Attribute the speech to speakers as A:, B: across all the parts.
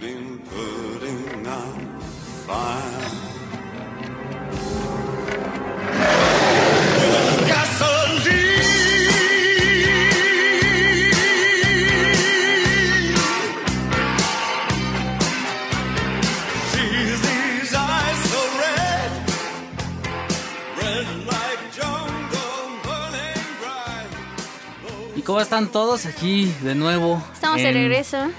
A: been putting out fire. With gasoline. She's these eyes so red, red like jungle burning bright.
B: ¿Y cómo están todos aquí de nuevo?
C: Estamos de
B: en-
C: regreso.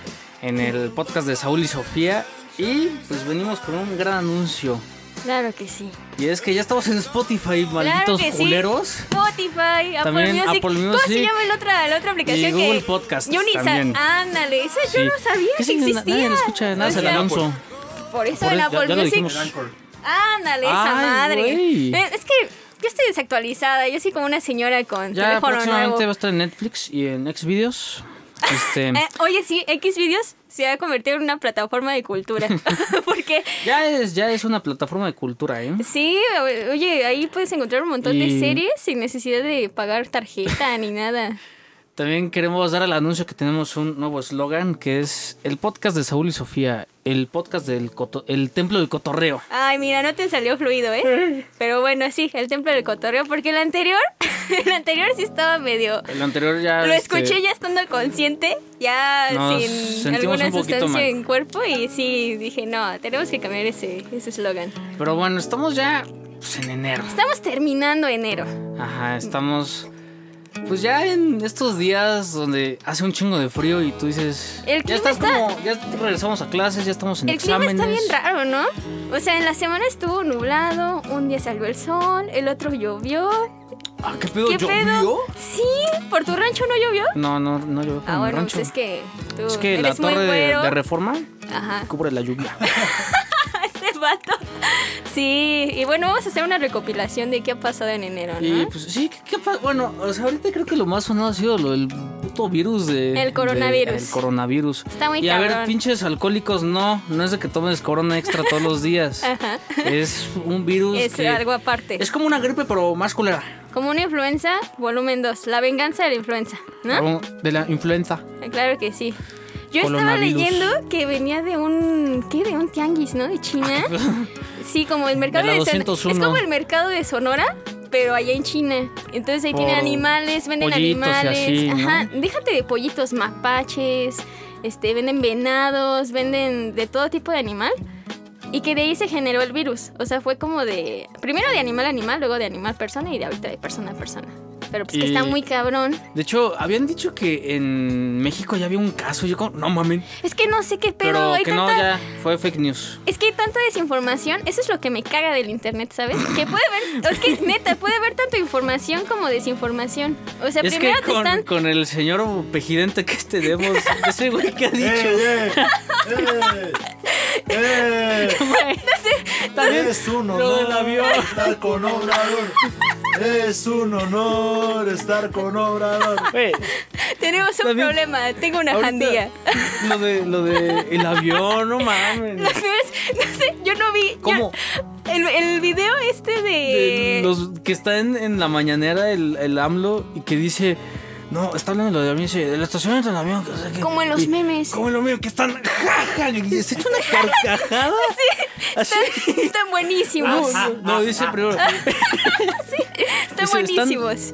B: En el podcast de Saúl y Sofía. Y pues venimos con un gran anuncio.
C: Claro que sí.
B: Y es que ya estamos en Spotify, malditos
C: claro que
B: culeros.
C: Sí. Spotify, Apple
B: También
C: Music.
B: Apple
C: ¿Cómo se
B: Music.
C: llama la otra, la otra aplicación que
B: Google Podcasts
C: Yo ni sa-
B: también.
C: Ándale, esa yo
B: Sí.
C: no sabía
B: ¿Qué
C: que
B: significa?
C: existía.
B: Nadie lo escucha, nada
C: O
B: se
C: sea,
B: la lanzo.
C: Por eso
B: Por eso,
C: en
B: ya-
C: Apple
B: ya lo
C: Music.
B: dijimos.
C: Ándale, esa
B: Ay,
C: madre.
B: güey.
C: Eh, Es que yo estoy desactualizada, yo soy como una señora con
B: Ya
C: teléfono nuevo.
B: próximamente va a estar en Netflix y en Xvideos. Este,
C: Eh, oye, sí, X videos se ha convertido en una plataforma de cultura. Porque
B: ya, es, ya es una plataforma de cultura, ¿eh?
C: Sí, o- oye, ahí puedes encontrar un montón
B: Y-
C: de series sin necesidad de pagar tarjeta ni nada.
B: También queremos dar al anuncio que tenemos un nuevo eslogan que es el podcast de Saúl y Sofía, el podcast del coto- el templo del cotorreo.
C: Ay, mira, no te salió fluido, ¿eh? Pero bueno, sí, el templo del cotorreo, porque el anterior, el anterior sí estaba medio...
B: El anterior ya
C: Lo
B: este,
C: escuché ya estando consciente, ya
B: Nos
C: sin
B: sentimos
C: alguna
B: un poquito
C: sustancia
B: mal.
C: en cuerpo y sí, dije, no, tenemos que cambiar ese ese eslogan.
B: Pero bueno, estamos ya pues, en enero.
C: Estamos terminando enero.
B: Ajá, estamos pues ya en estos días donde hace un chingo de frío y tú dices, ya
C: El clima
B: estás
C: está-
B: como ya regresamos a clases, ya estamos en
C: El clima
B: exámenes.
C: está bien raro, ¿no? O sea, en la semana estuvo nublado, un día salió el sol, el otro llovió,
B: Ah, qué pedo,
C: ¿Qué
B: ¿llovió?
C: pedo? Sí, ¿por tu rancho no llovió?
B: No, no, no llovió. por
C: Ah,
B: mi
C: bueno,
B: rancho.
C: pues es que tú
B: Es que la
C: eres muy
B: torre de,
C: güero. Ah.
B: de reforma
C: Ajá,
B: cubre la lluvia.
C: este vato. Sí, y bueno, vamos a hacer una recopilación de qué ha pasado en enero, ¿no?
B: Y pues sí, ¿qué, qué pa- Bueno, o sea, ahorita creo que lo más sonado ha sido lo del puto virus de.
C: El coronavirus.
B: de- el coronavirus.
C: Está muy
B: Y a ver,
C: cabrón.
B: pinches alcohólicos, no. No es de que tomes corona extra todos los días. pues, Es un virus.
C: es
B: que-
C: algo aparte.
B: Es como una gripe, pero más culera.
C: Como una influenza, volumen 2, la venganza de la influenza, ¿no?
B: Como De la influenza.
C: Claro que sí. Yo estaba
B: Coronavirus.
C: leyendo que venía de un. ¿Qué? De un tianguis, ¿no? De
B: Ah,
C: China. Sí, como el mercado
B: De
C: de,
B: la
C: Son-
B: 201.
C: Es como el mercado de Sonora, pero allá en China. Entonces ahí tienen
B: Por
C: animales, venden
B: pollitos y
C: animales.
B: así, ¿no?
C: Ajá, déjate de pollitos, mapaches, este, venden venados, venden de todo tipo de animal. Y que de ahí se generó el virus. O sea, fue como de. Primero de animal a animal, luego de animal a persona y de ahorita de persona a persona. Pero pues que
B: Y-
C: está muy cabrón.
B: De hecho, habían dicho que en México ya había un caso. Yo como, no mamen.
C: Es que no sé qué pedo.
B: Pero,
C: hay
B: que no,
C: tanta-
B: ya fue fake news.
C: Es que hay tanta desinformación, eso es lo que me caga del internet, ¿sabes? Que puede haber, es que neta, puede haber tanto información como desinformación. O sea,
B: es que
C: primero te
B: con,
C: están.
B: con el señor pejidente que tenemos, ese güey que ha dicho.
D: ¡Eh, eh! ¡Eh! ¡Eh!
B: También
D: Es un
B: lo
D: honor
B: del avión.
D: estar con Obrador. Es un honor estar con Obrador.
B: Güey,
C: Tenemos un
B: También-
C: problema, tengo una
B: ahorita
C: jandía.
B: Lo de, lo de el avión, no mames.
C: Lo peor es- no sé, yo no vi. yo-
B: ¿Cómo?
C: el, el video este
B: De
C: de.
B: los que está en, en la mañanera el, el AMLO y que dice. No, está hablando de lo de avión y dice, de la estación del avión. que no sé qué".
C: Como en los
B: Y-
C: memes.
B: Como en los memes, que están. jaja, y se echa una carcajada. Así.
C: Están, están
B: No,
C: buenísimos.
B: no, no, dice primero.
C: Están
B: Dice, Ah, están
C: buenísimos.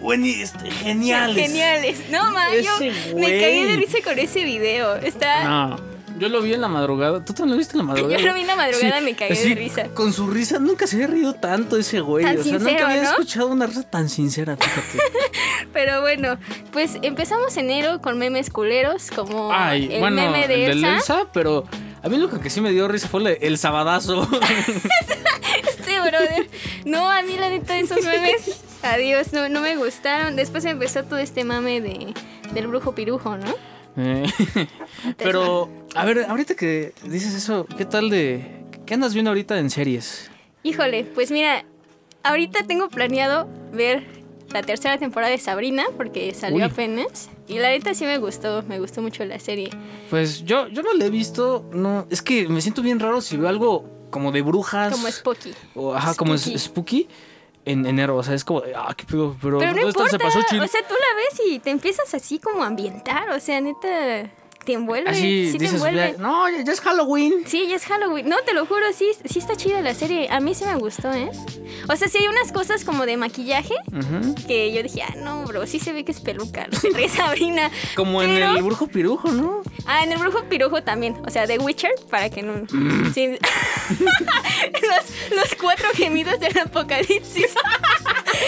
B: Bueni, este, geniales.
C: Geniales. No, ma, yo
B: Ese
C: me caí de
B: güey.
C: risa con ese video. Está.
B: No. Yo lo vi en la madrugada. ¿Tú también lo viste en la madrugada?
C: Yo lo vi en la madrugada y me caí de risa.
B: Con su risa nunca se había reído tanto ese güey.
C: Tan
B: o sea,
C: sincero,
B: nunca había
C: ¿no?
B: escuchado una risa tan sincera, fíjate.
C: Pero bueno, pues empezamos enero con memes culeros, como
B: Ay,
C: el
B: bueno,
C: meme de
B: el
C: Elsa.
B: de Elsa, pero a mí lo que sí me dio risa fue el- el sabadazo.
C: Sí, brother. No, a mí la neta esos memes, adiós, no, no me gustaron. Después empezó todo este mame de, del brujo pirujo, ¿no?
B: Eh, pero, a ver, ahorita que dices eso, ¿qué tal de. ¿Qué andas viendo ahorita en series?
C: Híjole, pues mira, ahorita tengo planeado ver la tercera temporada de Sabrina, porque salió
B: Uy.
C: apenas. Y la neta sí me gustó, me gustó mucho la serie.
B: Pues yo, yo no la he visto, no. Es que me siento bien raro si veo algo como de brujas.
C: Como Spooky.
B: O, ajá, como es
C: Spooky.
B: spooky en enero. O sea, es como, ah, qué pedo, pero,
C: Pero no
B: esto
C: importa,
B: se pasó chido.
C: o sea, tú la ves y te empiezas así como a ambientar, o sea, neta... te envuelve.
B: Así
C: sí te
B: dices,
C: envuelve.
B: "Ya- no, ya ya es Halloween.
C: Sí, ya es Halloween. No, te lo juro, sí, sí está chida la serie. A mí sí me gustó, ¿eh? O sea, sí hay unas cosas como de maquillaje
B: Ujú.
C: que yo dije, ah, no, bro, sí se ve que es peluca, no se trae Sabrina.
B: Como en
C: Pero-
B: el brujo pirujo, ¿no?
C: Ah, en el brujo pirujo también. O sea, de Witcher, para que no.
B: Mm.
C: Sí. los, los cuatro gemidos del apocalipsis.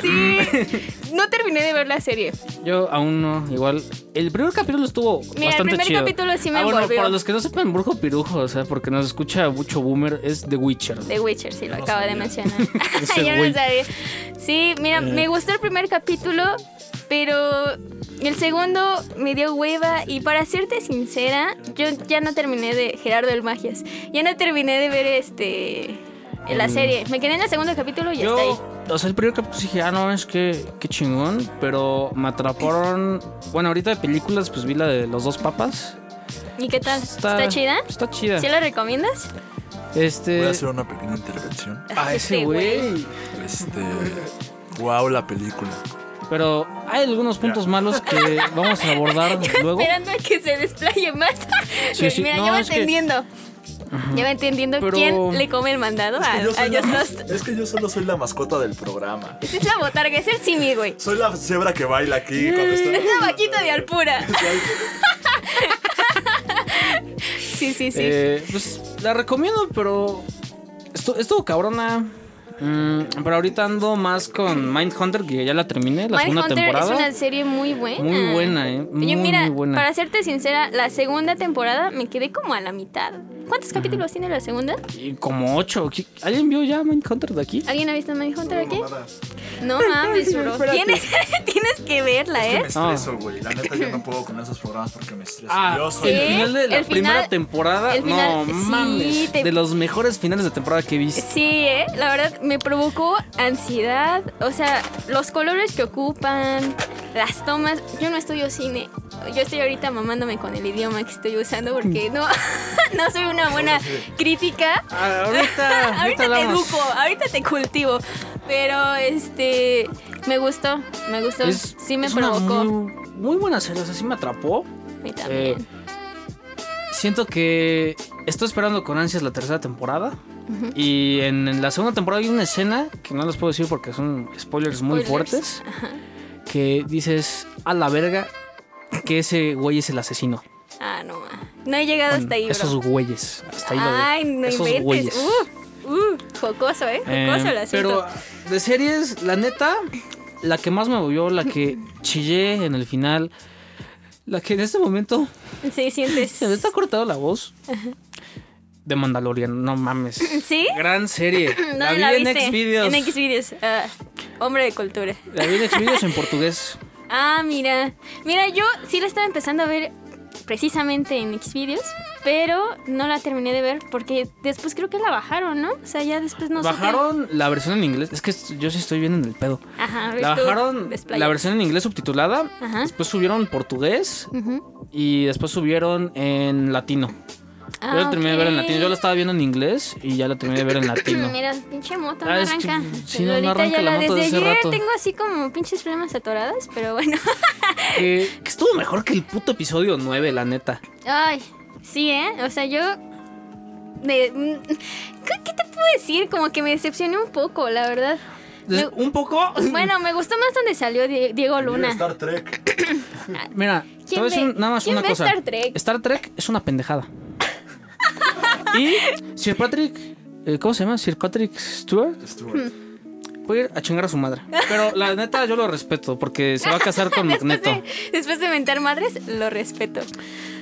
C: sí.
B: Mm.
C: No terminé de ver la serie.
B: Yo aún no, igual. El primer capítulo estuvo
C: Mira, el
B: bastante
C: primer
B: chido.
C: capítulo sí me
B: Ah, bueno,
C: envolvió.
B: para los que no sepan, brujo pirujo, o sea, porque nos escucha mucho boomer, es The Witcher.
C: The Witcher, sí, lo
D: No
C: acaba de
D: sabía.
C: mencionar.
B: Ese
C: Yo no
B: güey. Eh.
C: sabía. Sí, mira, me gustó el primer capítulo, pero el segundo me dio hueva. Y para serte sincera, yo ya no terminé de. Gerardo el Magias. Ya no terminé de ver este. La serie. Me quedé en el segundo capítulo y
B: Mm. Yo,
C: hasta ahí.
B: o sea, el primer capítulo dije, ah, no, es que qué chingón, pero me atraparon. Bueno, ahorita de películas, pues vi la de los dos papas. Pues,
C: ¿Y qué tal? ¿Está, chida?
B: Está chida.
C: ¿Sí la recomiendas?
D: Voy a
B: Este.
D: hacer una pequeña intervención.
B: Ah, ese
C: Este güey.
B: güey.
D: Este. Wow, la película.
B: Pero hay algunos puntos malos que vamos a abordar luego.
C: Esperando a que se desplaye más.
B: Sí, sí.
C: Mira,
B: No,
C: ya va
B: es que-
C: entendiendo. Ya va entendiendo
B: Pero-
C: quién le come el mandado a,
D: Yo
C: a
D: soy la
C: Just
D: mas-
C: Lost.
D: es que yo solo soy la mascota del programa.
C: Esa es la botarga, es el simi, güey.
D: Soy la cebra que baila aquí
C: ¿Eh?
D: cuando está.
C: Es la vaquita de Alpura. Sí, sí, sí.
B: Eh, pues la recomiendo, pero estu- estuvo cabrona. Mm, pero ahorita ando más con Mindhunter, que ya la terminé, la segunda
C: Mindhunter es
B: temporada.
C: una serie muy buena.
B: Muy buena, ¿eh? Muy,
C: Yo, mira,
B: muy buena.
C: para serte sincera, la segunda temporada me quedé como a la mitad. ¿Cuántos capítulos tiene la segunda?
B: Y como ocho. ¿Qui- ¿Alguien vio ya Mindhunter de aquí?
C: ¿Alguien ha visto Mindhunter aquí?
D: Mamadas.
C: No mames, bro.
D: Espérate.
C: Tienes, tienes que verla,
D: Es que
C: ¿eh?
D: me estreso, güey. La neta, yo no puedo con esos programas porque me estreso.
B: Ah,
D: yo
B: el
C: ¿sí?
B: final de la
C: El
B: primera
C: final-
B: temporada.
C: el
B: no
C: final- sí,
B: mames.
C: te-
B: De los mejores finales de temporada que he visto.
C: Sí, ¿eh? la verdad me provocó ansiedad. O sea, los colores que ocupan, las tomas. Yo no estudio cine. Yo estoy ahorita mamándome con el idioma que estoy usando porque
B: Mm.
C: no, no soy una buena crítica.
B: Ah, ahorita, ahorita,
C: ahorita te
B: hablamos.
C: educo, ahorita te cultivo. Pero este, me gustó, me gustó.
B: Es-
C: sí me
B: es una
C: provocó.
B: muy, muy buena serie, o sea, sí me atrapó.
C: A mí
B: Eh,
C: también.
B: siento que estoy esperando con ansias la tercera temporada. Y en, en la segunda temporada hay una escena que no les puedo decir porque son spoilers, muy
C: Spoilers.
B: fuertes. Que dices a la verga que ese güey es el asesino.
C: Ah, no, ma. no he llegado
B: Bueno,
C: hasta Ah, ahí, bro.
B: esos güeyes. Hasta ahí lo dejo.
C: Ay, no
B: esos
C: inventes.
B: güeyes.
C: Uh, uh, jocoso, ¿eh?
B: Eh,
C: Jocoso el
B: pero
C: asunto.
B: de series, la neta, la que más me movió, la que chillé en el final, la que en este momento
C: Sí, sientes.
B: Se me está cortado la voz. De Mandalorian, no mames.
C: ¿Sí?
B: Gran serie.
C: No,
B: la vi en
C: viste.
B: Xvideos.
C: En Xvideos. Ah, hombre de cultura.
B: La vi en Xvideos en portugués.
C: Ah, mira. Mira, yo sí la estaba empezando a ver precisamente en Xvideos, pero no la terminé de ver porque después creo que la bajaron, ¿no? O sea, ya después no supe.
B: bajaron la versión en inglés. Es que yo sí estoy bien en el pedo.
C: Ajá, a ver,
B: La
C: tú,
B: bajaron
C: desplaya.
B: la versión en inglés subtitulada.
C: Ajá.
B: Después subieron portugués.
C: Ujú.
B: Y después subieron en latino.
C: Ah,
B: yo la terminé de ver en
C: ok.
B: latino. Yo la estaba viendo en inglés y ya la terminé de ver en latino.
C: Mira, pinche moto, no
B: Ah, es que,
C: arranca.
B: sí, no, no
C: Lolita
B: arranca
C: ya
B: la moto
C: desde
B: desde hace
C: ayer
B: rato.
C: tengo así como pinches flemas atoradas, pero bueno.
B: que, que estuvo mejor que el puto episodio 9, la neta.
C: Ay, sí, ¿eh? O sea, yo... me- mm, ¿Qué qué te puedo decir? Como que me decepcioné un poco, la verdad. Me-
B: Un poco.
C: bueno, me gustó más donde salió Die- Diego
D: Mira,
C: Luna.
D: Star Trek.
B: Mira, te voy a decir
C: ve-
B: nada más
C: quién
B: una
C: ve
B: cosa.
C: Star Trek?
B: es una pendejada. y Sir Patrick, eh, ¿cómo se llama? Sir Patrick Stewart.
D: Stuart.
B: Puede ir a chingar a su madre. Pero la neta yo lo respeto porque se va a casar con
C: Después
B: Magneto.
C: de, después de mentar madres, lo respeto.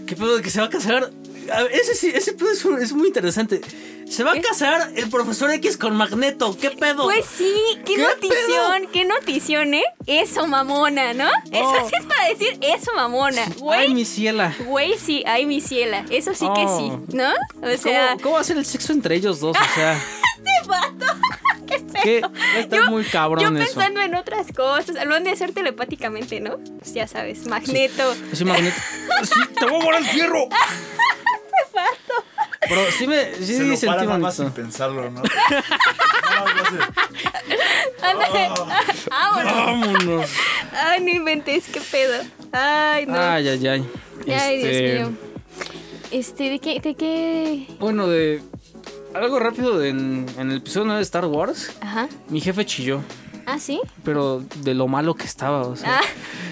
B: ¿Qué pedo de que se va a casar? A ver, ese sí, ese pedo es, un- es muy interesante. Se va a casar el profesor X con Magneto. ¿Qué pedo?
C: Pues sí, qué,
B: ¿Qué
C: notición, qué notición, ¿eh? Eso mamona, ¿no? Eso
B: Oh.
C: sí es para decir eso mamona.
B: Ay,
C: Güey,
B: mi ciela.
C: güey, sí, ay, mi ciela. Eso sí que
B: Oh.
C: sí, ¿no? O sea,
B: ¿Cómo, cómo va a ser el sexo entre ellos dos? O sea,
C: este vato, qué feo.
B: que va a estar
C: Yo-
B: muy cabrón
C: Yo
B: eso.
C: pensando en otras cosas, lo han de hacer telepáticamente, ¿no? Pues ya sabes, magneto.
B: Así Magneto. Sí, te voy a morar el fierro.
C: Este
B: Pero sí me sí
D: Se lo
B: sentí
D: para nada más
B: bonito.
D: sin pensarlo, ¿no? Nada más así.
B: Oh.
C: Ándale. Vámonos.
B: Vámonos.
C: Ay, no inventes, qué pedo. Ay, no.
B: Ay, ay, ay.
C: Ay,
B: Este,
C: Dios mío. Este, ¿de qué? ¿De qué?
B: Bueno, de. Algo rápido de en, en el episodio 9 de Star Wars,
C: Ajá.
B: mi jefe chilló,
C: ¿Ah, sí?
B: pero de lo malo que estaba, o sea.
C: Ah,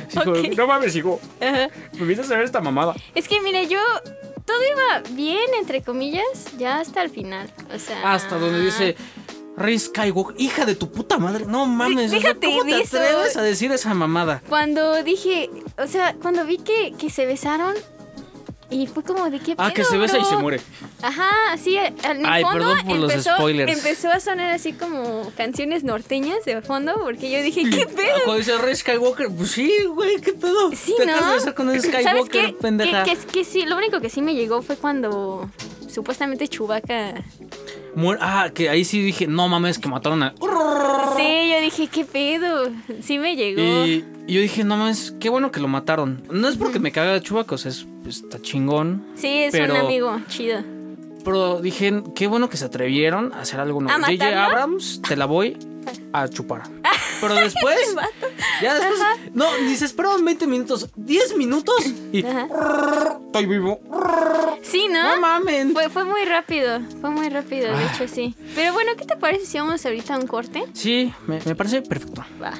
B: sí, como,
C: ok.
B: No mames, hijo,
C: Ajá.
B: me viste a saber esta mamada.
C: Es que, mire, yo... Todo iba bien, entre comillas, ya hasta el final. O sea...
B: Hasta donde dice. Rey Skywalker, hija de tu puta madre. No mames, o sea,
C: déjate
B: ¿cómo
C: de
B: te
C: eso.
B: atreves a decir esa mamada?
C: Cuando dije... O sea, cuando vi que, que se besaron... Y fue como de qué
B: Ah, que
C: pedo,
B: se besa y
C: bro?
B: se muere.
C: Ajá, sí, en el
B: Ay,
C: fondo
B: perdón por los
C: empezó,
B: spoilers.
C: empezó a sonar así como canciones norteñas de fondo, porque yo dije, ¿qué
B: Ah,
C: pedo?
B: Cuando dice Rey Skywalker, pues sí, güey, qué pedo.
C: Sí,
B: te
C: ¿no?
B: acabas de besar con un
C: ¿Sabes qué?
B: Skywalker, pendeja.
C: Que, que- que sí, lo único que sí me llegó fue cuando supuestamente Chubaca.
B: Muer- ah, que ahí sí dije, no mames, que mataron a.
C: Sí, yo dije, ¿qué pedo? Sí me llegó.
B: Y y yo dije, no mames, qué bueno que lo mataron. No es porque me caga Chewbacca, o sea, es- pues, está chingón.
C: Sí, es
B: pero-
C: un amigo chido.
B: Pero dije, qué bueno que se atrevieron a hacer algo nuevo.
C: ¿A
B: J.J.
C: matarlo?
B: Abrams, te la voy a chupar. Pero después, ya después, no, ni se esperaban 20 minutos, 10 minutos y estoy vivo.
C: Sí, ¿no?
B: No Ah. mamen.
C: Fue, fue muy rápido, fue muy rápido, de hecho sí. Pero bueno, ¿qué te parece si vamos ahorita a un corte?
B: Sí, me, me parece perfecto.
C: Va.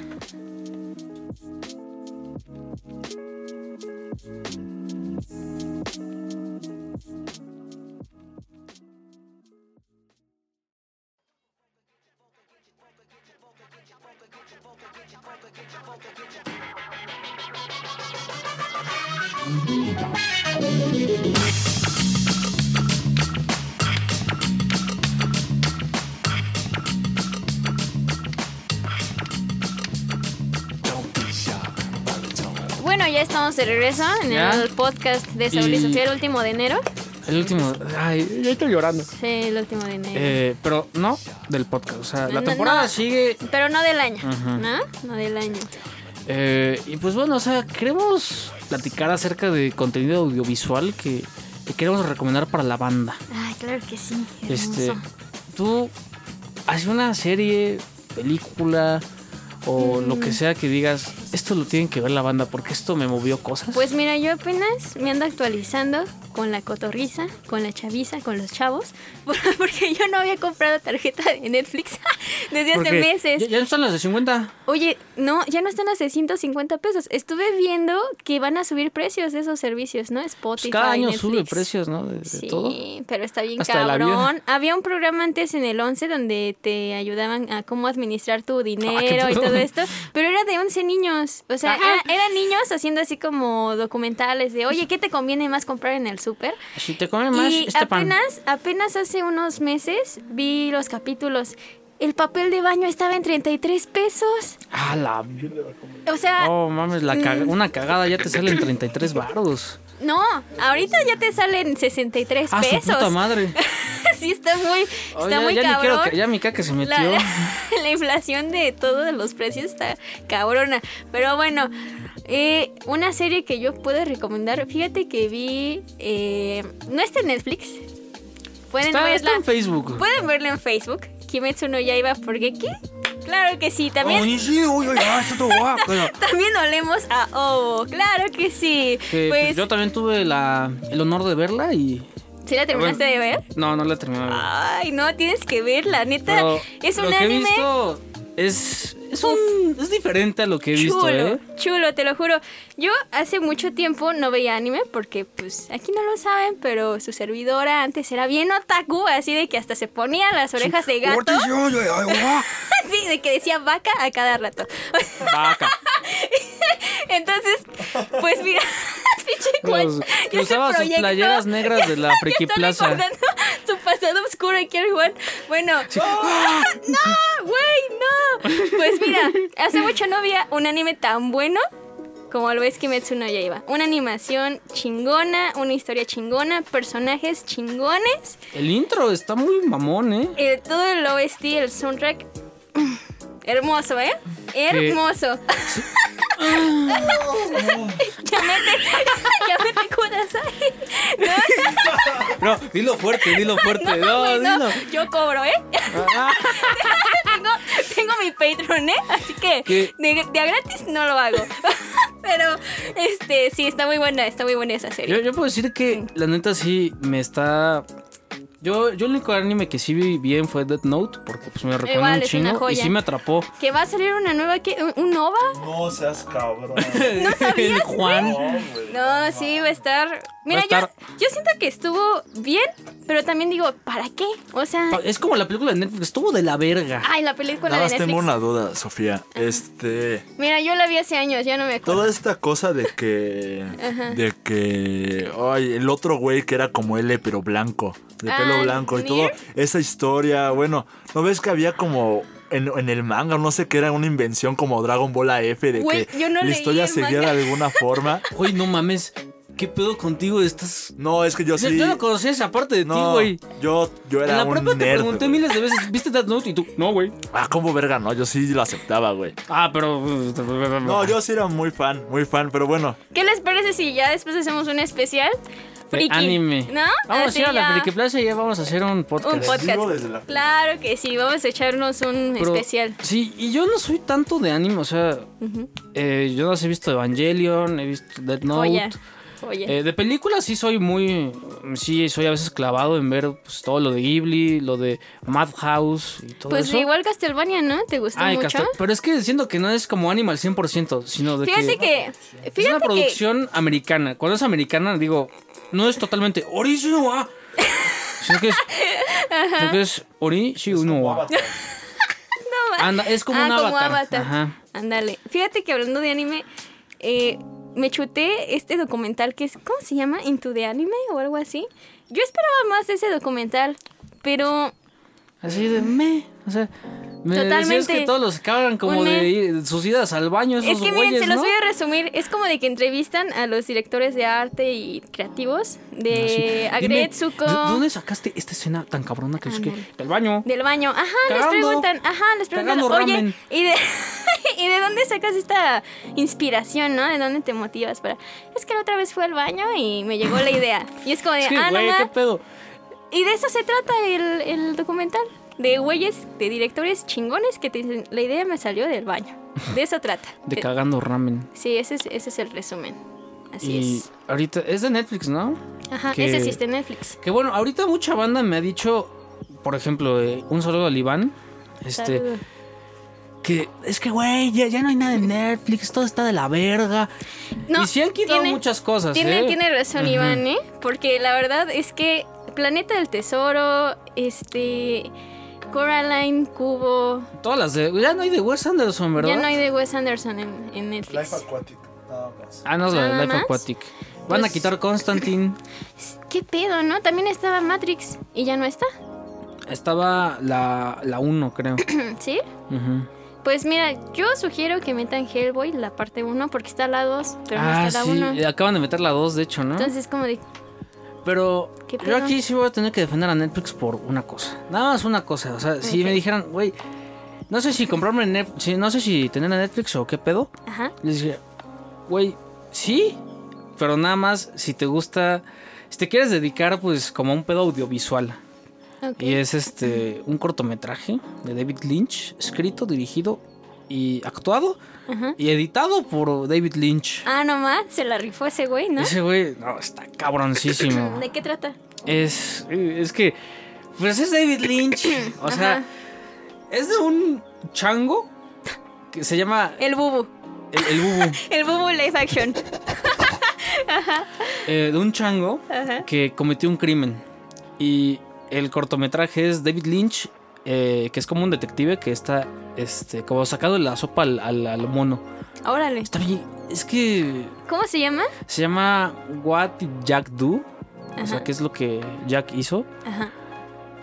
C: Bueno, ya estamos de regreso en
B: ¿Ya?
C: el podcast de Sobre
B: Y-
C: Sofía, el último de enero.
B: El último, ay, ya estoy llorando.
C: Sí, el último de enero.
B: Eh, pero no del podcast, o sea,
C: No,
B: la
C: no,
B: temporada
C: no.
B: sigue
C: Pero no del año, ¿no? No del año.
B: Eh, y pues bueno, o sea, queremos platicar acerca de contenido audiovisual que, que queremos recomendar para la banda.
C: Ay, claro que sí.
B: Este,
C: hermoso.
B: tú haces una serie, película o
C: Mm.
B: lo que sea que digas, esto lo tienen que ver la banda porque esto me movió cosas.
C: Pues mira, yo apenas me ando actualizando con la cotorriza, con la chaviza, con los chavos, por- porque yo no había comprado tarjeta de Netflix desde hace
B: Porque
C: meses.
B: Ya, ya no están las de 50.
C: Oye, no, ya no están a 650 pesos. Estuve viendo que van a subir precios de esos servicios, ¿no?
B: Pues
C: Spotify.
B: cada año
C: Netflix.
B: sube precios, ¿no? De, de
C: Sí,
B: todo.
C: pero está bien
B: Hasta el avión.
C: cabrón. Había un programa antes en el 11 donde te ayudaban a cómo administrar
B: Ah,
C: tu dinero y
B: pedo.
C: todo esto, pero era de 11 niños. O sea, era- eran niños haciendo así como documentales de, oye, ¿qué te conviene más comprar en el súper?
B: Si te comen más,
C: Y
B: este pan.
C: apenas, apenas hace unos meses vi los capítulos. El papel de baño estaba en 33 pesos.
B: Ah, la.
C: O sea,
B: Oh, mames, la caga- una cagada ya te salen 33 baros.
C: no, ahorita ya te salen 63
B: Ah, su
C: Pues pesos.
B: puta madre.
C: sí, está muy, está
B: Oh, ya,
C: muy
B: ya ni
C: cabrón.
B: quiero que- ya mi caca se metió.
C: La, la- la inflación de todos los precios está cabrona. Pero bueno, eh, una serie que yo puedo recomendar. Fíjate que vi. eh, no está en Netflix. Pueden
B: está, está
C: verla.
B: en Facebook.
C: Pueden verla en Facebook. Kimetsu no Yaiba, porque qué? Claro que sí. También,
D: Oye, sí, oye, oye, ah, esto te va, pero-
C: también olemos a Ovo. Claro que sí.
B: Que, pues,
C: pues,
B: yo también tuve la, el honor de verla y. ah,
C: ¿sí la terminaste
B: bueno.
C: de ver?
B: No, no la terminé. de ver.
C: Ay, no, tienes que verla. Neta,
B: Pero
C: es un
B: lo que he
C: anime.
B: visto es. Es, un- es diferente a lo que he visto,
C: chulo,
B: ¿eh?
C: chulo, te lo juro. Yo hace mucho tiempo no veía anime porque, pues, aquí no lo saben, pero su servidora antes era bien otaku, así de que hasta se ponía las orejas de gato,
D: Oye, sí, oye, oye, oye.
C: así de que decía vaca a cada rato.
B: Vaca.
C: Entonces, pues mira, pinche
B: Los-
C: guacho,
B: que
C: ya se
B: usaba sus
C: proyectó.
B: playeras negras de la Friki
C: Estoy
B: Plaza.
C: recordando su pasado oscuro aquí el Juan. Bueno. ¡Ah! ¡No! ¡Güey, no! Pues mira, hace mucho no había un anime tan bueno como lo es Kimetsu no Yaiba. Una animación chingona, una historia chingona, personajes chingones.
B: El intro está muy mamón, ¿eh?
C: eh, todo el OST, el soundtrack... Hermoso, ¿eh? Hermoso. Llámate, llámate Kudasai.
B: No, dilo fuerte, dilo fuerte. No,
C: No, güey, no.
B: dilo. Ah.
C: Yo cobro, ¿eh? tengo, tengo mi Patreon, ¿eh? Así que
B: ¿Qué?
C: de, de a gratis no lo hago. Pero este, sí, está muy buena, está muy buena esa serie.
B: Yo, yo puedo decir que la neta sí me está. Yo, yo el único anime que sí vi bien fue Death Note, porque pues me recuerda
C: Igual,
B: un
C: es una
B: chino y
C: joya.
B: sí me atrapó.
C: Que va a salir una nueva, ¿qué? ¿Un- ¿Un OVA?
D: No seas cabrón.
B: ¿No sabías, Juan.
D: No, güey.
C: No, sí, va a estar. Mira,
B: estar-
C: Yo, yo siento que estuvo bien, pero también digo, ¿para qué? O sea,
B: Es como la película de Netflix, estuvo de la verga.
C: ay, la película
D: Nada
C: de
D: más
C: Netflix.
D: tengo una duda, Sofía. Este.
C: Mira, yo la vi hace años, ya no me acuerdo.
D: Toda esta cosa de que. De que. Ay, el otro güey que era como L, pero blanco. De pelo
C: Ah,
D: blanco y
C: ¿Nier?
D: todo. Esa historia, bueno, ¿no ves que había como. En, en el manga, no sé qué era una invención como Dragon Ball AF de
C: Güey,
D: que
C: yo no
D: la
C: leí
D: historia
C: el
D: seguía
C: manga.
D: de alguna forma.
B: Oye, no mames, ¿qué pedo contigo? Estás.
D: No, es que yo
B: Yo-
D: sí.
B: Yo no conocía esa parte de ti,
D: no,
B: güey.
D: yo, yo
B: En
D: era
B: la
D: un
B: prepa te
D: nerd.
B: pregunté
D: güey.
B: miles de veces, ¿viste Death Note? Y tú, no, güey.
D: Ah, ¿cómo verga? No, yo sí lo aceptaba, güey.
B: Ah, pero. eh,
D: No, yo sí era muy fan, muy fan, pero bueno.
C: ¿Qué les parece si ya después hacemos un especial? Friki.
B: Anime.
C: ¿No?
B: Vamos
C: Así
B: a ir a la
C: ya.
B: Friki Plaza y ya vamos a hacer un podcast.
C: Un podcast.
D: Vivo desde la-
C: Claro que sí, vamos a echarnos un
B: Pero-
C: especial.
B: Sí, y yo no soy tanto de anime, o sea, eh, yo las he visto Evangelion, he visto Dead Note.
C: Oye, oye.
B: Eh, de películas sí soy muy, sí soy a veces clavado en ver pues, todo lo de Ghibli, lo de Madhouse y todo
C: pues
B: eso.
C: igual Castlevania, ¿no? ¿Te gustó
B: Ah, y
C: mucho?
B: Castel- pero es que siento que no es como anime al 100%, sino de
C: Fíjate que. Fíjate
B: es una
C: que-
B: producción americana. Cuando es americana, digo, no es totalmente Orishiwa. Sino que es. sino que es Orishiwa. Anda, es como
C: ah,
B: un
C: como
B: avatar.
C: Avatar.
B: Ajá.
C: Ándale. Fíjate que hablando de anime, eh, me chuté este documental que es, ¿cómo se llama? Into the Anime o algo así. Yo esperaba más de ese documental, pero
B: Así de me. O sea. Me
C: Totalmente.
B: decías que todos los cagan como
C: Un me.
B: de ir- sus idas al baño. Esos
C: es que miren,
B: güeyes,
C: se los
B: ¿no?
C: voy a resumir. Es como de que entrevistan a los directores de arte y creativos
B: Así.
C: de
B: Ah, Dime,
C: Agretsuko.
B: ¿de ¿Dónde sacaste esta escena tan cabrona que es que.
C: Ándale.
B: Del baño.
C: Del baño. Ajá,
B: Cagando.
C: les preguntan, ajá, les preguntan,
B: Cagando
C: oye,
B: ramen".
C: ¿y de, ¿y de dónde sacas esta inspiración, no? ¿De dónde te motivas para...? Es que la otra vez fue al baño y me llegó la idea. Y es como de,
B: Es que,
C: ah, no
B: güey, qué
C: ma".
B: pedo.
C: Y de eso se trata el, el documental. De güeyes, de directores chingones que te dicen, la idea me salió del baño. De eso trata.
B: De
C: Eh,
B: cagando ramen.
C: Sí, ese es, ese es el resumen. Así
B: y
C: es.
B: ahorita es de Netflix, ¿no?
C: Ajá,
B: que-
C: ese sí está en Netflix.
B: Que bueno, ahorita mucha banda me ha dicho, por ejemplo, eh, un saludo al Iván. Este,
C: Saludos.
B: que es que, güey, ya, ya no hay nada en Netflix, todo está de la verga.
C: No,
B: y sí han quitado
C: tiene-
B: muchas cosas.
C: Tiene,
B: ¿eh?
C: tiene razón,
B: Ujú.
C: Iván, ¿eh? Porque la verdad es que Planeta del Tesoro, este. Coraline, Cubo.
B: Todas las de. Ya no hay de Wes Anderson, ¿verdad?
C: Ya no hay de Wes Anderson en, en
D: Life
C: Netflix.
D: Aquatic, nada más.
B: Ah, no, la de
C: Nada
B: Life
C: más.
B: Aquatic. Van a
C: Pues-
B: quitar Constantine.
C: ¿Qué pedo, no? También estaba Matrix y ya no está,
B: Estaba la, la 1, creo.
C: ¿sí?
B: Ujú.
C: Pues mira, yo sugiero que metan Hellboy, la parte 1, porque está la 2, pero no
B: ah,
C: está la
B: sí.
C: 1.
B: eh, Acaban de meter la 2, de hecho, ¿no?
C: Entonces, como de.
B: Pero
C: ¿Qué
B: yo
C: pedo?
B: aquí sí voy a tener que defender a Netflix por una cosa. Nada más una cosa. O sea, si
C: Ok.
B: me dijeran, güey, no sé si comprarme Netflix, no sé si tener a Netflix o qué pedo.
C: Ajá.
B: Les dije, güey, sí, pero nada más si te gusta, si te quieres dedicar pues como a un pedo audiovisual.
C: ok.
B: Y es este, un cortometraje de David Lynch, escrito, dirigido y actuado
C: Ajá.
B: y editado por David Lynch.
C: Ah, nomás, se la rifó ese güey, ¿no?
B: Ese güey, no, está cabroncísimo.
C: ¿De qué trata?
B: Es, es que, pues es David Lynch. O sea,
C: Ajá.
B: es de un chango que se llama
C: El Bubu.
B: el, el Bubu.
C: El Bubu Live Action.
B: eh, de un chango
C: Ajá.
B: que cometió un crimen. Y el cortometraje es David Lynch, eh, que es como un detective que está este, como sacado de la sopa al, al- al mono.
C: Órale.
B: Está bien, es que
C: ¿Cómo se llama?
B: se llama What Did Jack Do? O sea,
C: Ajá.
B: ¿qué es lo que Jack hizo?
C: Ajá.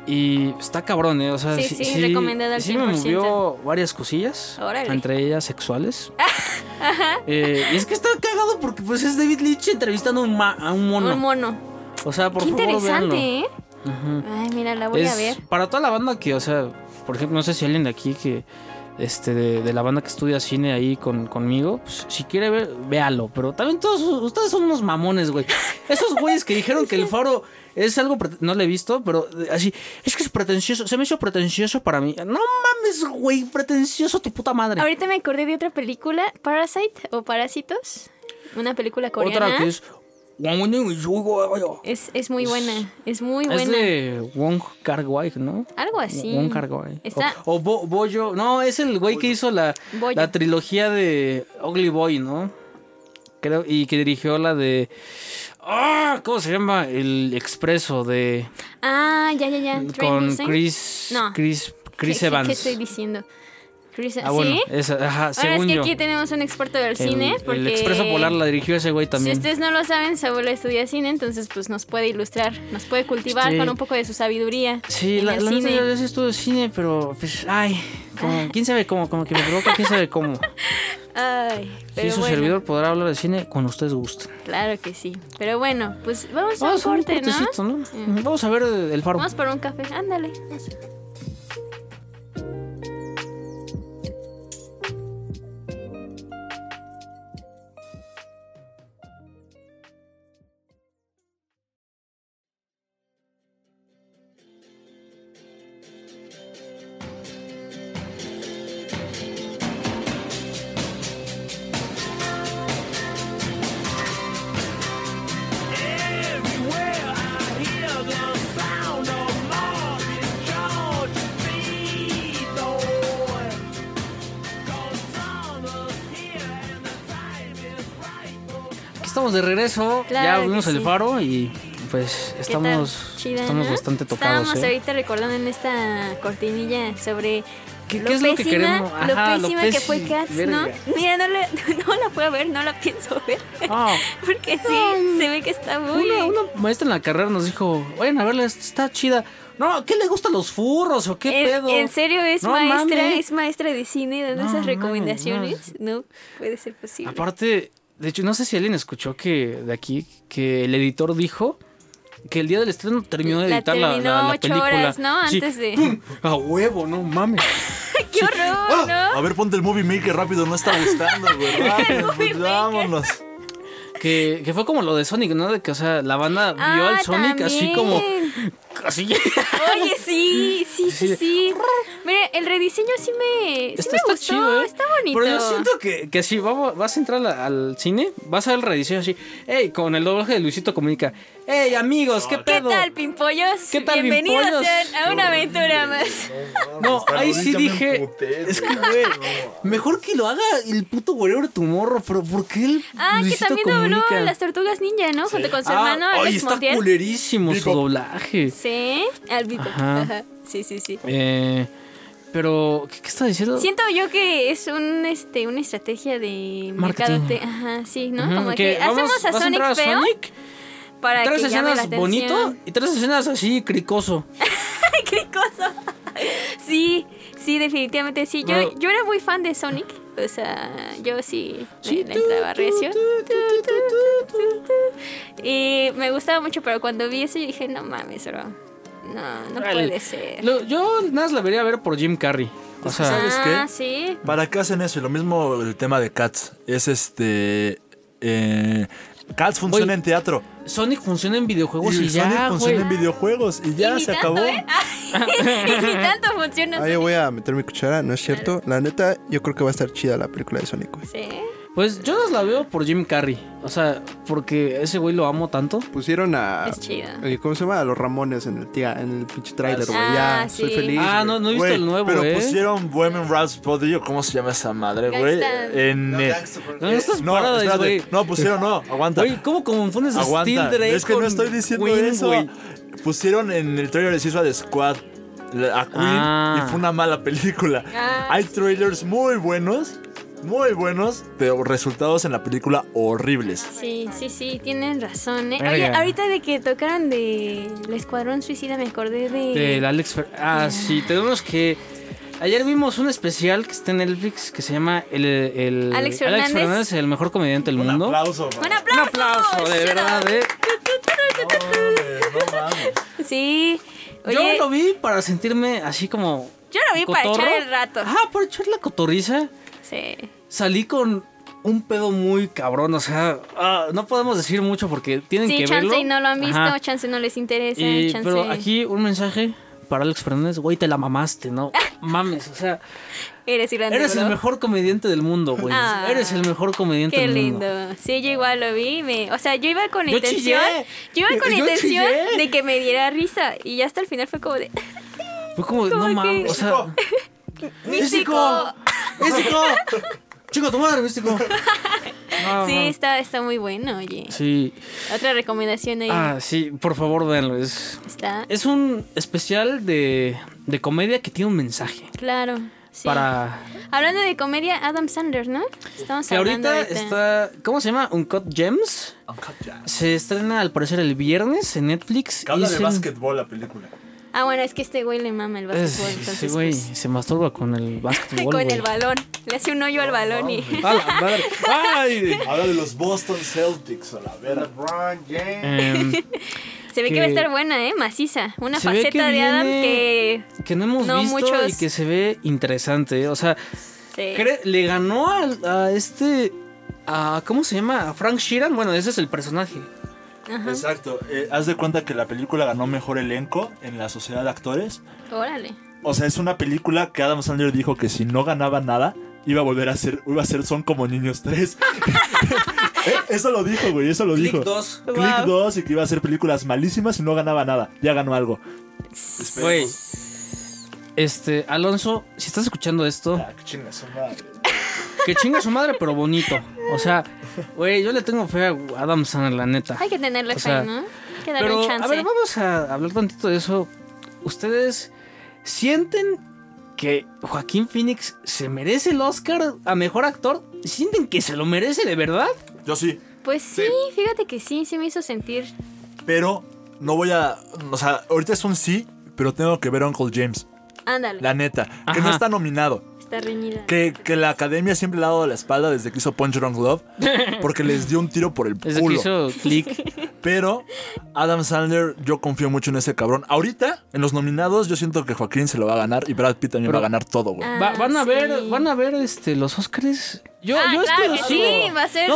B: Y está cabrón, ¿eh? O sea,
C: Sí, sí, recomendado al
B: sí me
C: 100%.
B: movió varias cosillas.
C: Órale.
B: Entre ellas sexuales. Eh, y es que está cagado porque pues es David Lynch entrevistando a un, ma- a un mono.
C: Un mono.
B: o sea, por
C: Qué
B: favor, véanlo.
C: interesante, ¿eh?
B: Ujú.
C: Ay, mira, la voy a
B: Es
C: ver.
B: para toda la banda que, o sea, por ejemplo, no sé si alguien de aquí que este, de, de la banda que estudia cine ahí con, conmigo, pues, si quiere ver, véalo. Pero también todos ustedes son unos mamones, güey. Esos güeyes que dijeron que el faro es algo, prete- no lo he visto, pero eh, así, es que es pretencioso, se me hizo pretencioso para mí. No mames, güey, pretencioso tu puta madre.
C: Ahorita me acordé de otra película, Parasite o Parásitos. Una película coreana.
B: Otra que es...
C: es, es muy buena, es muy
B: Es
C: buena.
B: de Wong Kar Wai, ¿no?
C: Algo así.
B: Wong Kar Wai.
C: Está-
B: eh. O, o Bo- Boyo. No, es el güey que hizo la,
C: Boyo.
B: la trilogía de Ugly Boy, ¿no? Creo, y que dirigió la de. ¡Ah! ¿Cómo se llama? El Expreso de.
C: Ah, ya, ya, ya. Train
B: con
C: Busan.
B: Chris.
C: No.
B: Chris,
C: ¿Qué-
B: Chris
C: qué-
B: Evans.
C: ¿Qué estoy diciendo? Chris,
B: ah, bueno.
C: ¿Sí?
B: esa, ajá,
C: Ahora es
B: según
C: que
B: yo.
C: aquí tenemos un experto del
B: el,
C: cine. Porque
B: el Expreso Polar la dirigió ese güey también.
C: Si ustedes no lo saben, su abuelo estudia cine, entonces pues nos puede ilustrar, nos puede cultivar
B: Este-
C: con un poco de su sabiduría.
B: Sí,
C: en
B: la,
C: el
B: la neta
C: cine.
B: yo a veces estudio cine, pero pues, ay, como, quién sabe cómo, como que me provoca, quién sabe cómo.
C: Ay, pero
B: Sí, su
C: bueno,
B: servidor podrá hablar de cine cuando ustedes gusten.
C: Claro que sí. Pero bueno, pues vamos,
B: Vamos
C: a
B: a
C: un
B: un
C: corte, ¿no? Mm.
B: cortecito, ¿no? Vamos a ver el faro.
C: Vamos por un café. Ándale. vamos.
B: Aquí estamos de regreso,
C: Claro que
B: ya vimos el
C: sí.
B: faro y pues
C: ¿Qué tal?
B: estamos,
C: Chida,
B: estamos
C: ¿no?
B: bastante tocados.
C: Estábamos
B: ¿eh?
C: ahorita recordando en esta cortinilla sobre
B: ¿Qué-
C: lo
B: qué es lo que
C: pésima-
B: queremos? Ajá,
C: lo
B: lo
C: pésima que fue
B: pési-
C: Cats, ¿no?
B: verga.
C: Mira, no, le- no la puedo ver, no la pienso ver.
B: Ah,
C: Porque sí, se ve que está muy...
B: una, una maestra en la carrera nos dijo, vayan a verla, está chida. No, ¿qué le gustan los furros o qué
C: en,
B: pedo?
C: en serio es
B: No
C: maestra,
B: mames.
C: es maestra de cine dando
B: No
C: esas
B: mames,
C: recomendaciones. No. puede ser posible.
B: Aparte, de hecho, no sé si alguien escuchó que de aquí, que el editor dijo que el día del estreno terminó de
C: La
B: editar la,
C: terminó
B: la, la
C: ocho
B: película.
C: horas, ¿no?
B: Sí,
C: Antes de-
B: ¡pum! ¡Ah! A huevo, no mames.
C: ¡Qué horror!
D: A ver, ponte el movie maker rápido, no está gustando, güey. Rápido,
C: movie
D: pues, vámonos.
B: Que, que fue como lo de Sonic, ¿no? De que, o sea, la banda vio
C: Ah,
B: al Sonic así
C: también.
B: como. Así.
C: Oye, sí,
B: Sí,
C: sí, sí,
B: de-
C: sí. Mire, el rediseño sí me, sí me gustó, está bonito.
B: ¿eh? Pero yo siento que, que si vamos, vas a entrar al, al cine, vas a ver el rediseño así. ¡Ey! Con el doblaje de Luisito Comunica. ¡Ey, amigos! ¿Qué
C: ¿Qué
B: pedo?
C: tal, pimpollos?
B: ¿Qué tal,
C: Bienvenidos
B: pimpollos?
C: sean a una aventura más.
B: No, ahí sí
E: Ahorita me
B: dije.
E: emputé,
B: es que, güey, mejor que lo haga el puto Whatever Tomorrow, pero ¿por qué el
C: Ah,
B: Luisito
C: que también dobló
B: Comunica?
C: las tortugas ninja, ¿no? Junto con su
B: Ah,
C: hermano
B: ay,
C: Alex
B: está
C: Montiel.
B: culerísimo su doblaje.
C: Sí, al Bebop.
B: Ajá.
C: Ajá. Sí, sí, sí.
B: Eh, pero, ¿qué, qué está diciendo?
C: Siento yo que es un este una estrategia de
B: Marketing.
C: mercado. Ajá, sí, ¿no?
B: Ujú,
C: Como que,
B: vamos-
C: hacemos a
B: vas
C: Sonic
B: entrar
C: feo
B: Sonic,
C: para
B: tres
C: que llame la
B: escenas
C: atención.
B: bonito y tres escenas así cricoso.
C: Ay, qué cosa. Sí, sí, definitivamente sí. Yo,
B: Bueno.
C: yo era muy fan de Sonic. O sea, yo sí, me-
B: Sí,
C: le
B: tú,
C: entraba
B: tú,
C: recio.
B: tú, tú, tú, tú, tú.
C: Y me gustaba mucho, pero cuando vi eso yo dije, no mames, bro. No, no
B: Órale.
C: puede ser.
B: Lo- yo nada más la vería ver por Jim Carrey. O
D: Es que
B: sea,
D: ¿sabes
C: Ah,
D: qué?
C: sí.
D: ¿Para qué hacen eso? Y lo mismo el tema de Cats. Es este. eh, Cats funciona
B: Güey.
D: en teatro.
B: Sonic funciona en videojuegos y,
D: Y
B: ya,
D: Sonic funciona en
B: güey.
D: videojuegos. Y ya
C: Y ni
D: se
C: tanto,
D: acabó.
C: ¿eh? Ay, ni tanto funciona.
E: Ahí voy a meter mi cuchara, no es cierto. La neta, yo creo que va a estar chida la película de Sonic, güey.
C: Sí.
B: Pues yo nada más la veo por Jim Carrey. O sea, porque ese güey lo amo tanto.
E: Pusieron a.
C: Es chida.
E: eh, ¿Cómo se llama? A los Ramones en el, tía, en el pinche trailer, güey.
C: Ah,
E: ya,
C: sí.
E: soy feliz.
B: Ah,
E: güey.
B: no, no he visto
D: Güey,
B: el nuevo,
D: pero
B: eh.
D: pusieron Bohemian Rhapsody o cómo se llama esa madre, güey.
C: Gangsta.
D: En eh,
B: No, estas
D: no,
B: paradas,
D: espérate,
B: güey.
D: no pusieron no, aguanta.
B: Güey, ¿cómo confundes a Steel
D: aguanta.
B: Drake
D: es que no
B: con
D: estoy diciendo
B: Queen,
D: eso.
B: güey?
D: Pusieron en el trailer de Suicide Squad la- a Queen
B: Ah.
D: y fue una mala película.
C: Ah,
D: Hay trailers muy buenos, muy buenos, pero resultados en la película horribles.
C: Sí, sí, sí, tienen razón, ¿eh?
B: Verga.
C: Oye, ahorita de que tocaron de El Escuadrón Suicida me acordé de...
B: Del Alex Fer- Ah, sí, tenemos que. Ayer vimos un especial que está en Netflix que se llama El, el-
C: Alex Fernández.
B: el mejor comediante del
D: Un
B: mundo.
D: aplauso.
C: ¡Un
D: man.
B: Un
C: aplauso!
B: aplauso, de verdad, eh.
D: No, hombre, no mames.
C: Sí. Oye,
B: Yo lo vi para sentirme así como
C: Yo lo vi para echar el rato.
B: Ah, para echar la cotorriza.
C: Sí.
B: Salí con un pedo muy cabrón. O sea, ah, no podemos decir mucho porque tienen
C: Sí,
B: que
C: chance
B: verlo.
C: y no lo han visto,
B: Ajá.
C: chance no les interesa,
B: Y-
C: chance.
B: pero aquí un mensaje para Alex Fernández. Güey, te la mamaste, ¿no? Mames, o sea,
C: Eres grande,
B: eres el
C: bro.
B: mejor comediante del mundo, güey.
C: Ah.
B: eres el mejor comediante
C: Qué
B: del
C: lindo.
B: mundo.
C: Sí, yo igual lo vi. me- o sea, yo iba con la
B: Yo
C: intención.
B: chillé.
C: Yo iba con la
B: Yo
C: intención
B: chillé.
C: de que me diera risa. Y ya hasta el final fue como de.
B: Fue como,
C: ¿Cómo
B: no
C: que?
B: mames, o sea.
C: ¡Místico!
B: ¡Místico! Chico, tu madre, místico. No,
C: Sí,
B: no.
C: está, está muy bueno, oye.
B: Ah. Sí.
C: Otra recomendación ahí.
B: Ah, sí, por favor, véanlo. Es,
C: está.
B: es un especial de, de comedia que tiene un mensaje.
C: Claro. sí.
B: Para.
C: Hablando de comedia, Adam Sanders, ¿no? Estamos
B: Que
C: hablando
B: ahorita
C: ahorita.
B: está. ¿Cómo se llama? Uncut Gems. Se estrena al parecer el viernes en Netflix.
D: Que habla
B: y
D: de
B: se-
D: básquetbol la película.
C: Ah, bueno, es que este güey le mama el
B: Es-
C: básquetbol. entonces,
B: Sí, güey,
C: pues,
B: se masturba con el básquetbol.
C: con
B: güey.
C: el balón. Le hace un hoyo al balón y.
B: A la madre. ¡Ay!
D: Habla de los Boston Celtics a la verga.
B: Em,
C: Se ve que,
B: que-
C: va a estar buena, ¿eh? Maciza. Una
B: Se ve
C: faceta
B: que
C: de Adam
B: viene-
C: que.
B: que no hemos
C: No,
B: visto
C: muchos.
B: y que se ve interesante. ¿eh? O sea,
C: Sí.
B: cre- le ganó al- a, este. A, ¿Cómo se llama? ¿A Frank Sheeran. Bueno, ese es el personaje.
C: Ajá.
D: Exacto. eh, haz de cuenta que la película ganó mejor elenco en la sociedad de actores.
C: Órale.
D: O sea, es una película que Adam Sandler dijo que si no ganaba nada, iba a volver a ser, iba a ser Son como Niños 3. Eh, eso lo dijo, güey, eso lo
B: Click
D: dijo.
B: dos.
D: Click
C: Wow.
D: 2 y que iba a ser películas malísimas y no ganaba nada. Ya ganó algo.
B: Güey. Este, Alonso, si estás escuchando esto,
D: Ah, qué chinga su madre.
B: que chinga su madre, pero bonito. O sea, güey, yo le tengo fe a Adam Sandler, la neta.
C: Hay que tenerle
B: O
C: fe,
B: sea,
C: ¿no? Hay que darle
B: Pero,
C: un chance.
B: a ver, vamos a hablar tantito de eso. ¿Ustedes sienten que Joaquín Phoenix se merece el Oscar a mejor actor? ¿Sienten que se lo merece de verdad?
D: Yo sí,
C: Pues sí, fíjate que sí, sí me hizo sentir.
D: pero no voy a. O sea, ahorita es un sí, pero tengo que ver a Uncle James.
C: Ándale.
D: La neta, que no
B: Ajá.
D: está nominado.
C: Está reñida.
D: Que, que la academia siempre le ha dado la espalda desde que hizo Punch Drunk Love porque les dio un tiro por el
B: Desde
D: culo.
B: que hizo click.
D: Pero Adam Sandler, yo confío mucho en ese cabrón. Ahorita, en los nominados, yo siento que Joaquín se lo va a ganar y Brad Pitt también
B: Pero-
D: va a ganar todo, güey.
C: Ah,
B: Va- van a ver,
C: sí.
B: van a ver este los Oscars. Yo,
C: Ah,
B: yo
C: claro
B: estoy
C: que
B: así.
C: sí, va a ser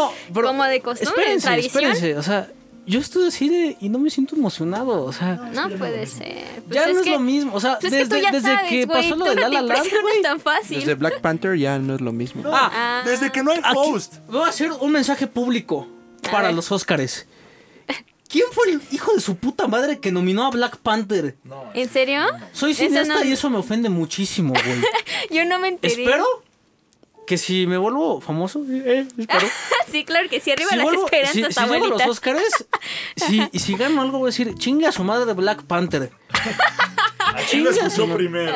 C: como de costumbre,
B: Espérense,
C: tradición.
B: espérense. O sea, yo estoy así de- y no me siento emocionado. O sea,
C: No puede ser. Pues
B: ya
C: es
B: no es
C: que,
B: lo mismo. O sea,
C: Pues
B: desde,
C: es que tú ya
B: desde
C: sabes,
B: que
C: güey,
B: pasó lo
C: tú
B: de
C: no
B: La
C: te
B: La Land,
C: impresionas
B: güey.
C: tan fácil.
E: Desde Black Panther ya no es lo mismo.
B: Ah,
C: Ah,
D: Desde que no hay
B: Aquí
D: host.
B: Voy a hacer un mensaje público
C: A
B: para
C: ver.
B: los Óscares. ¿Quién fue el hijo de su puta madre que nominó a Black Panther?
C: ¿En serio?
B: Soy
C: Eso
B: cineasta
C: no-
B: y eso me ofende muchísimo, güey.
C: Yo no me enteré.
B: espero que si me vuelvo famoso, eh, espero.
C: sí, claro que sí, arriba
B: si
C: las
B: vuelvo- si,
C: esperanzas,
B: si llego a los
C: abuelita.
B: Óscares si, y si gano algo voy a decir, chinga a su madre Black Panther. Chinga a su madre.
D: primero.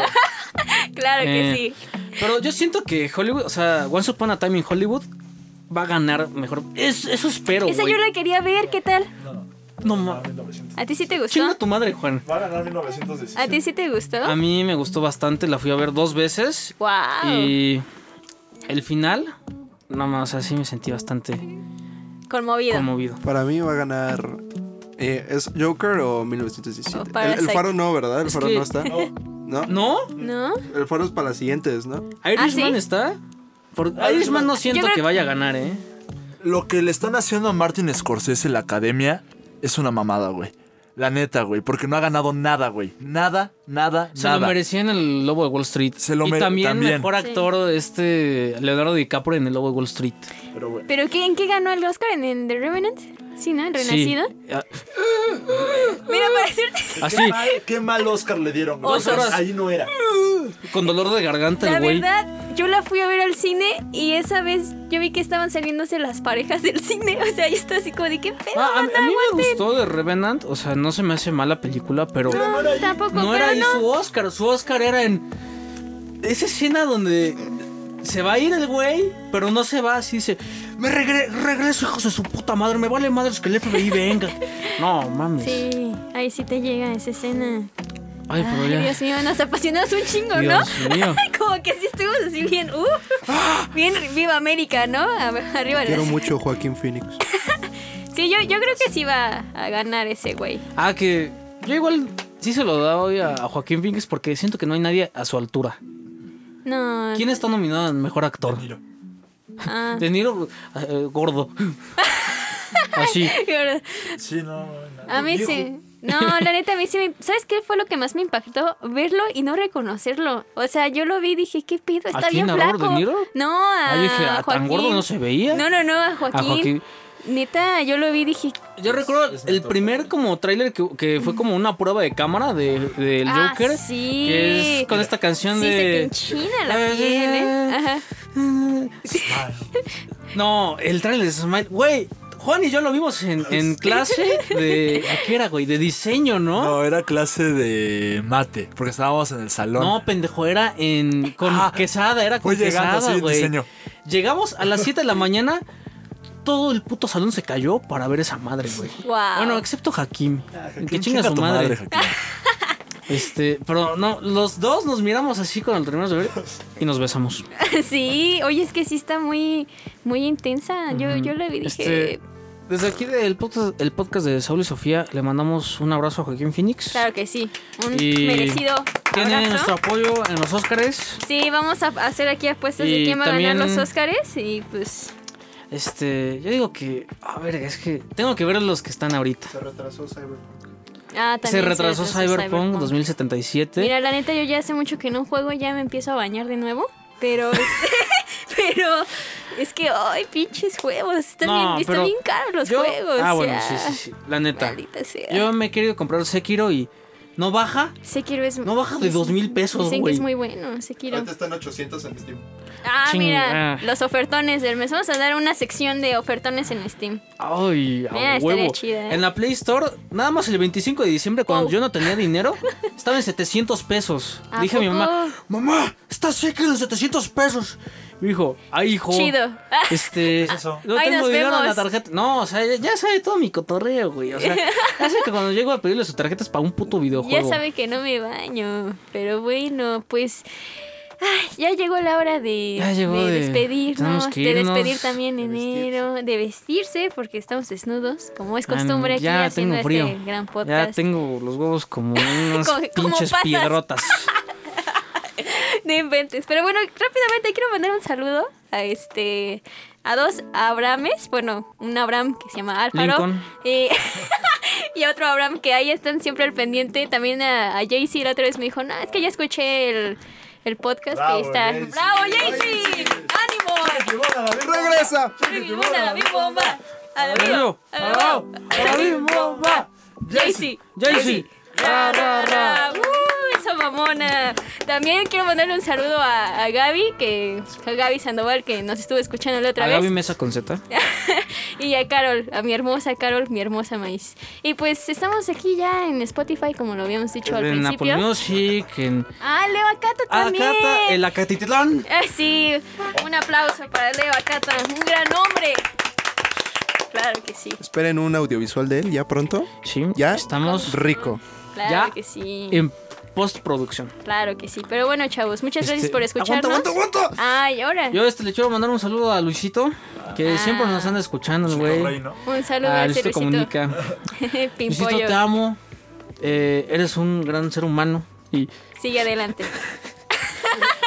C: Claro que
B: Eh,
C: sí.
B: Pero yo siento que Hollywood, o sea, Once Upon a Time in Hollywood va a ganar mejor. Es- eso espero,
C: Esa
B: güey.
C: yo la quería ver, ¿qué tal?
B: No mames.
C: ¿A ti sí te gustó?
B: Chinga tu madre, Juan.
D: Va a ganar 1917.
C: ¿A ti sí te gustó?
B: A mí me gustó bastante, la fui a ver dos veces.
C: Wow.
B: Y el final, no más, así me sentí bastante
C: Conmovido.
B: conmovido.
E: Para mí va a ganar. eh, ¿Es Joker o 1917?
C: O
E: el,
C: Parasite.
E: el faro no, ¿verdad? El
B: Es
E: faro
B: que-
E: no está. ¿No?
B: ¿No?
C: ¿No?
E: El faro es para las siguientes, ¿no?
B: ¿Irishman
C: sí?
B: está?
D: Ah,
B: Por, Irishman no siento
C: Yo creo-
B: que vaya a ganar, ¿eh?
D: Lo que le están haciendo a Martin Scorsese en la academia es una mamada, güey. La neta, güey, porque no ha ganado nada, güey. Nada, nada,
B: Se
D: nada.
B: lo merecía en el Lobo de Wall Street.
D: Se lo
B: y
D: mere-
B: también,
D: también.
B: mejor actor este Leonardo DiCaprio en el Lobo de Wall Street.
D: Pero, güey,
C: ¿Pero qué, en qué ganó el Oscar? ¿En, en The Revenant? Sí, ¿no? ¿En
B: Sí.
C: Renacido?
B: Ah,
C: Mira, para decirte.
B: Así,
D: qué mal Oscar le dieron, güey.
B: Dos horas.
D: Ahí no era.
B: con dolor de garganta
C: La
B: el güey.
C: verdad, yo la fui a ver al cine y esa vez yo vi que estaban saliéndose las parejas del cine. O sea, yo estaba así como de qué pedo,
B: Ah, a,
C: banda,
B: a mí me
C: aguanten.
B: gustó de Revenant, o sea, no se me hace mala película, pero...
C: No, tampoco,
B: No
C: pero
B: era ahí
C: no.
B: su Oscar, su Oscar era en esa escena donde se va a ir el güey, pero no se va, así dice, me regre- regreso, hijos de su puta madre, me vale madres que el FBI venga. No, mames.
C: Sí, ahí sí te llega esa escena.
B: Ay, pero
C: Ay,
B: ya.
C: Dios mío, nos apasionamos un chingo,
B: Dios
C: ¿no?
B: mío. ¡Ah!
C: como que sí estuvimos así bien, uh, bien viva América, ¿no? A- Arriba de
E: Quiero
C: las-
E: mucho a Joaquín Phoenix.
C: Sí, yo, yo creo que sí va a ganar ese güey.
B: Ah, que yo igual sí se lo doy a, a Joaquín Phoenix porque siento que no hay nadie a su altura.
C: No.
B: ¿Quién está nominado al mejor actor?
D: Niro.
C: Ah.
B: De Niro, eh, gordo. Así.
D: Sí, no, no, no.
C: A mí
D: Viejo.
C: sí. No, la neta, a mí sí me... ¿Sabes qué fue lo que más me impactó? Verlo y no reconocerlo. O sea, yo lo vi y dije, ¿qué pedo? Está
B: quién,
C: bien
B: a
C: flaco.
B: Robert De Niro?
C: No, a
B: Ah, yo dije, ¿a
C: Joaquín.
B: tan gordo no se veía?
C: No, no, no, a Joaquín.
B: Joaquín.
C: Neta, yo lo vi y dije,
B: Yo recuerdo el primer como tráiler que, que fue como una prueba de cámara de- del
C: Ah,
B: Joker.
C: sí.
B: Que es con esta canción
C: sí, se te
B: de...
C: enchina la
B: Eh,
C: piel, ¿eh? Ajá.
B: ah, No, el trailer de Smile. Güey, Juan y yo lo vimos en, en clase de. ¿a qué era, güey? De diseño, ¿no?
D: No, era clase de mate, porque estábamos en el
B: No,
D: salón.
B: pendejo, era en. Con
D: Ah,
B: quesada, era con
D: fue llegando,
B: quesada,
D: sí,
B: güey.
D: diseño.
B: Llegamos a las 7 de la mañana. Todo el puto salón se cayó para ver esa madre, güey.
C: Wow.
B: Bueno, excepto Ah, Hakim. que
D: ¿Quién
B: chinga
D: chinga
B: su
D: tu
B: madre.
D: Joaquín?
B: este, pero no, los dos nos miramos así cuando lo terminamos de ver y nos besamos.
C: sí, oye, es que sí está muy, muy intensa. Yo, Ah, yo lo vi y dije,
B: Este, desde aquí del podcast, el podcast de Saúl y Sofía, le mandamos un abrazo a Joaquín Phoenix.
C: claro que sí, un
B: Y
C: merecido
B: Tiene
C: abrazo.
B: nuestro apoyo en los Óscares.
C: Sí, vamos a hacer aquí apuestas
B: Y
C: de quién va a ganar
B: también-
C: los Óscares y pues
B: Este, yo digo que, a ver, es que tengo que ver los que están ahorita.
E: Se retrasó Cyberpunk.
C: ah, también
B: se retrasó Cyberpunk, 2077.
C: Mira, la neta yo ya hace mucho que no juego, ya me empiezo a bañar de nuevo, pero este, pero es que ay, pinches juegos, están
B: No,
C: bien, están
B: pero
C: bien caros los
B: yo-
C: juegos.
B: Ah, bueno,
C: ya.
B: sí, sí, sí, la neta.
C: Maldita sea.
B: Yo me he querido comprar Sekiro y no baja.
C: Sekiro es
B: No baja de
C: dicen-
B: 2000 pesos,
C: Dicen que
B: güey.
C: es muy bueno, Sekiro.
F: Ahorita están 800 en Steam.
C: Ah,
B: Ching-
C: mira,
B: ah.
C: los ofertones del mes. Vamos a dar una sección de ofertones en Steam.
B: Ay, a
C: Mira, estaría
B: huevo.
C: chida, ¿eh?
B: En la Play Store, nada más el 25 de diciembre, cuando
C: Oh.
B: yo no tenía dinero, estaba en 700 pesos.
C: ¿A
B: Dije a mi
C: poco?
B: mamá, mamá, está Sekiro en 700 pesos. Me dijo, ay, hijo.
C: Chido.
B: Este,
D: eso?
B: no
C: Ay,
B: tengo
C: nos
B: dinero en la
C: vemos.
B: tarjeta. No, o sea, ya- ya sabe todo mi cotorreo, güey. O sea, ya sé que cuando llego a pedirle su tarjeta es para un puto videojuego.
C: Ya sabe que no me baño, pero bueno, pues ay, ya llegó la hora de,
B: Ya llegó
C: de
B: de- tenemos
C: despedirnos,
B: que
C: de
B: irnos.
C: despedir también enero, de vestirse porque estamos desnudos, como es costumbre
B: Man,
C: aquí
B: ya
C: haciendo
B: tengo frío.
C: este gran
B: Ya
C: podcast.
B: tengo los huevos como unas
C: Como- como
B: pinches
C: pasas.
B: piedrotas.
C: No inventes. Pero bueno, rápidamente quiero mandar un saludo a este a dos Abrames, bueno, un Abram que se llama Álvaro
B: Lincoln.
C: y, y otro Abram que ahí están siempre al pendiente. También a, a Jaycee la otra vez me dijo, no, es que ya escuché el, el podcast
D: Bravo,
C: que está.
D: Jaycee.
C: ¡Bravo, Jaycee! ¡Ánimo!
E: ¡Regresa!
C: Vamos a la Big Bomba! ¡A la Big
B: Bravo,
C: a la
B: bravo,
C: Big
B: bravo, va.
C: Jaycee.
B: Jaycee. Ra, ra, ra.
C: ¡Uh, esa mamona! También quiero mandarle un saludo a, a Gaby, que, a Gaby Sandoval, que nos estuvo escuchando la otra
B: A
C: vez.
B: Gaby Mesa con Z.
C: Y a Carol, a mi hermosa Carol, mi hermosa maíz. Y pues estamos aquí ya en Spotify, como lo habíamos dicho al
B: En Apple
C: principio.
B: Music, en
C: Ah, Leo Acata también.
B: Acata, en Acatititlán.
C: Ah, sí, un aplauso para Leo Acata, un gran hombre. Claro que sí,
E: Esperen un audiovisual de él ya pronto.
B: Sí,
E: Ya.
B: estamos
E: Rico.
C: claro
B: Ya. Em.
C: que sí,
B: en postproducción.
C: claro que sí. Pero bueno, chavos, muchas gracias
B: Este,
C: por escucharnos.
E: ¡Aguanta, aguanta, aguanta!
C: Ay, ahora.
B: Yo este, le quiero mandar un saludo a Luisito, que
C: Eh. Ah.
B: siempre nos anda escuchando, el
D: Chico Rey,
B: güey.
D: ¿no?
C: Un saludo
B: A
C: a
B: Luisito Ah, Comunica. Luisito,
C: Pimpollo.
B: te amo. Eh, eres un gran ser humano. Y
C: Sigue adelante.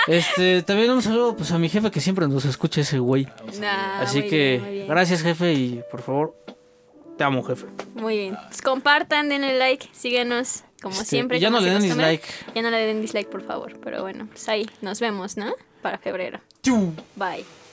B: este también un saludo pues a mi jefe que siempre nos escucha ese güey.
C: Nah,
B: Así
C: Ah, muy
B: que
C: bien, muy bien.
B: gracias jefe y por favor te amo jefe.
C: Muy bien. Pues compartan, denle like, síganos como
B: Este,
C: siempre.
B: y ya
C: como
B: no le
C: se
B: den
C: acostumbra.
B: dislike.
C: Ya no le den dislike, por favor. Pero bueno, pues ahí nos vemos, ¿no? Para febrero. Bye.